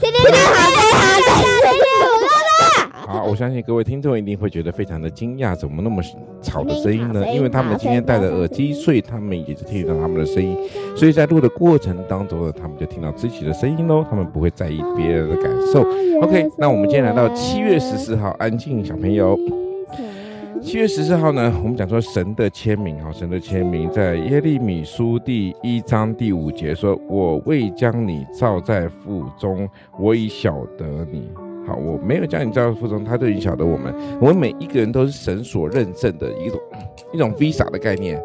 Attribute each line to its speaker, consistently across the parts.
Speaker 1: 真的好真好真真
Speaker 2: 好，我相信各位听众一定会觉得非常的惊讶，怎么那么吵的声音呢？因为他们今天戴着耳机，所以他们也就听得到他们的声音，所以在录的过程当中呢，他们就听到自己的声音喽，他们不会在意别人的感受。OK，那我
Speaker 1: 哦
Speaker 2: 们今天来到七月十四号，安静小朋友。七月十四号呢，我们讲说神的签名哈，神的签名在耶利米书第一章第五节说：“我未将你造在腹中，我已晓得你。”好，我没有将你造在腹中，他就已经晓得我们。我们每一个人都是神所认证的一种一种 visa 的概念。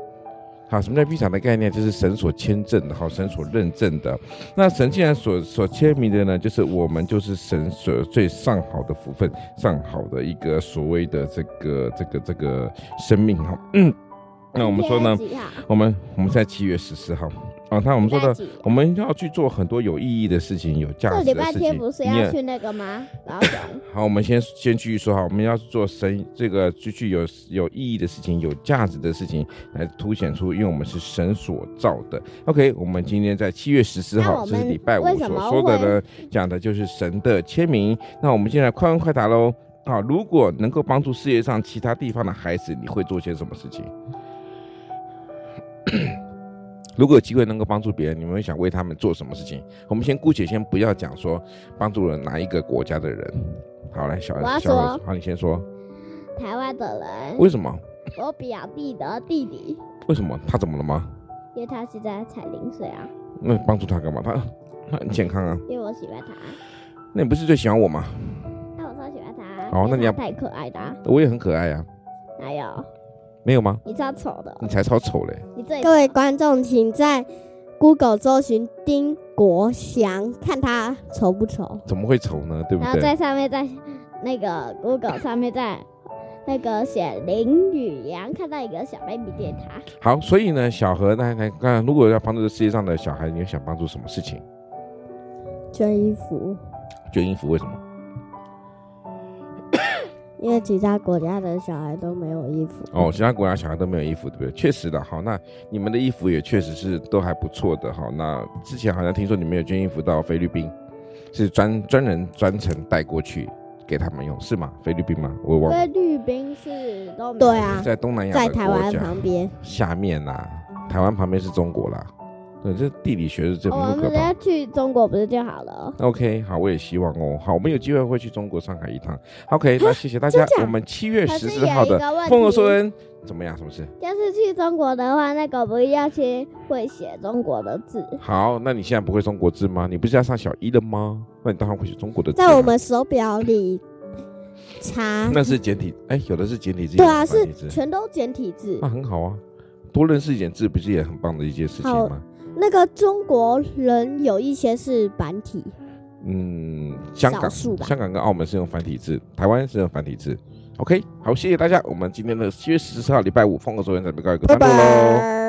Speaker 2: 好，什么叫 visa 的概念？就是神所签证的，好，神所认证的。那神既然所所签名的呢，就是我们就是神所最上好的福分，上好的一个所谓的这个这个这个生命哈。嗯，那我们说呢，我们我们在七月十四号啊，那我们说的，我们要去做很多有意义的事情，有价
Speaker 1: 这
Speaker 2: 值
Speaker 1: 礼
Speaker 2: 的
Speaker 1: 拜
Speaker 2: 事
Speaker 1: 天
Speaker 2: 情。
Speaker 1: 不是
Speaker 2: 你
Speaker 1: 要
Speaker 2: 也
Speaker 1: 去那个吗？老总，
Speaker 2: 好，我们先先继续说哈，我们要做神这个继续有有意义的事情，有价值的事情，来凸显出，因为我们是神所造的。OK，我们今天在七月十四
Speaker 1: 那
Speaker 2: 号，
Speaker 1: 我
Speaker 2: 这
Speaker 1: 们
Speaker 2: 是礼拜五
Speaker 1: 为
Speaker 2: 所
Speaker 1: 什么
Speaker 2: 说的呢，讲的就是神的签名。那我们现在快问快答喽。好，如果能够帮助世界上其他地方的孩子，你会做些什么事情？如果有机会能够帮助别人，你们会想为他们做什么事情？我们先姑且先不要讲说帮助了哪一个国家的人。好，来，小
Speaker 1: 我要
Speaker 2: 小
Speaker 1: 说嗯
Speaker 2: 好，你先说，
Speaker 1: 台湾的人，
Speaker 2: 为什么？
Speaker 1: 我表弟的弟弟，
Speaker 2: 为什么他怎么了吗？
Speaker 1: 因为他现在才零岁啊，
Speaker 2: 那帮助他干嘛？他他很健康啊。
Speaker 1: 因为我喜欢他，
Speaker 2: 那你不是最喜欢我吗？
Speaker 1: 那我超喜欢他，
Speaker 2: 好
Speaker 1: 因为
Speaker 2: 那你要
Speaker 1: 他太可爱的啊，
Speaker 2: 我也很可爱啊，
Speaker 1: 还有
Speaker 2: 没有吗？
Speaker 1: 你超丑的，
Speaker 2: 你才超丑嘞！
Speaker 1: 你最
Speaker 3: 各位观众，请在 Google 搜寻丁国祥，看他丑不丑。
Speaker 2: 怎么会丑呢？对不
Speaker 1: 然后
Speaker 2: 对？
Speaker 1: 在上面在那个 Google 上面在那个写林宇阳，看到一个小 baby 电台，
Speaker 2: 好，所以呢，小何来来看，如果要帮助这世界上的小孩，你会想帮助什么事情？
Speaker 3: 捐衣服，
Speaker 2: 捐衣服为什么？
Speaker 3: 因为其他国家的小孩都没有衣服。
Speaker 2: 哦，其他国家小孩都没有衣服，对不对？确实的，好，那你们的衣服也确实是都还不错的，好，那之前好像听说你们有捐衣服到菲律宾，是专专人专程带过去给他们用，是吗？菲律宾吗？我忘了
Speaker 1: 菲，律宾是都没有
Speaker 3: 对啊，
Speaker 2: 在东南亚
Speaker 3: 在
Speaker 2: 的
Speaker 3: 台
Speaker 2: 国
Speaker 3: 湾
Speaker 2: 家
Speaker 3: 旁边，
Speaker 2: 下面啦、台湾旁边是中国啦，对，这地理学是这
Speaker 1: 哦
Speaker 2: 么
Speaker 1: 我
Speaker 2: 可
Speaker 1: 们只
Speaker 2: 怕
Speaker 1: 要。去中国不是就好了？
Speaker 2: OK，好，我也希望哦。好，我们有机会会去中国上海一趟。OK，那
Speaker 3: 啊
Speaker 2: 谢谢大家
Speaker 3: 真。假
Speaker 2: 我们七月
Speaker 1: 可
Speaker 2: 十
Speaker 1: 是
Speaker 2: 四
Speaker 1: 有
Speaker 2: 号
Speaker 1: 一
Speaker 2: 的
Speaker 1: 个问
Speaker 2: 《凤
Speaker 1: 题，
Speaker 2: 凰说恩》怎么样？什么事？
Speaker 1: 就是去中国的话，那个不要去会写中国的字。
Speaker 2: 好，那你现在不会中国字吗？你不是要上小一的吗？那你当然会写中国的字啊。
Speaker 3: 在我们手表里查，
Speaker 2: 那是简体，哎，有的是简体字，
Speaker 3: 对啊，
Speaker 2: 有的繁
Speaker 3: 是
Speaker 2: 体字
Speaker 3: 全都简体字
Speaker 2: 那。很好啊。多认识一点字，不是也很棒的一件事情
Speaker 3: 好
Speaker 2: 吗？
Speaker 3: 那个中国人有一些是繁体，
Speaker 2: 嗯，香港、
Speaker 3: 少数吧
Speaker 2: 香港跟澳门是用繁体字，台湾是用繁体字。OK，好，谢谢大家。我们今天的七月十四号礼拜五《风格周人》准备告一个段落喽。
Speaker 3: 拜。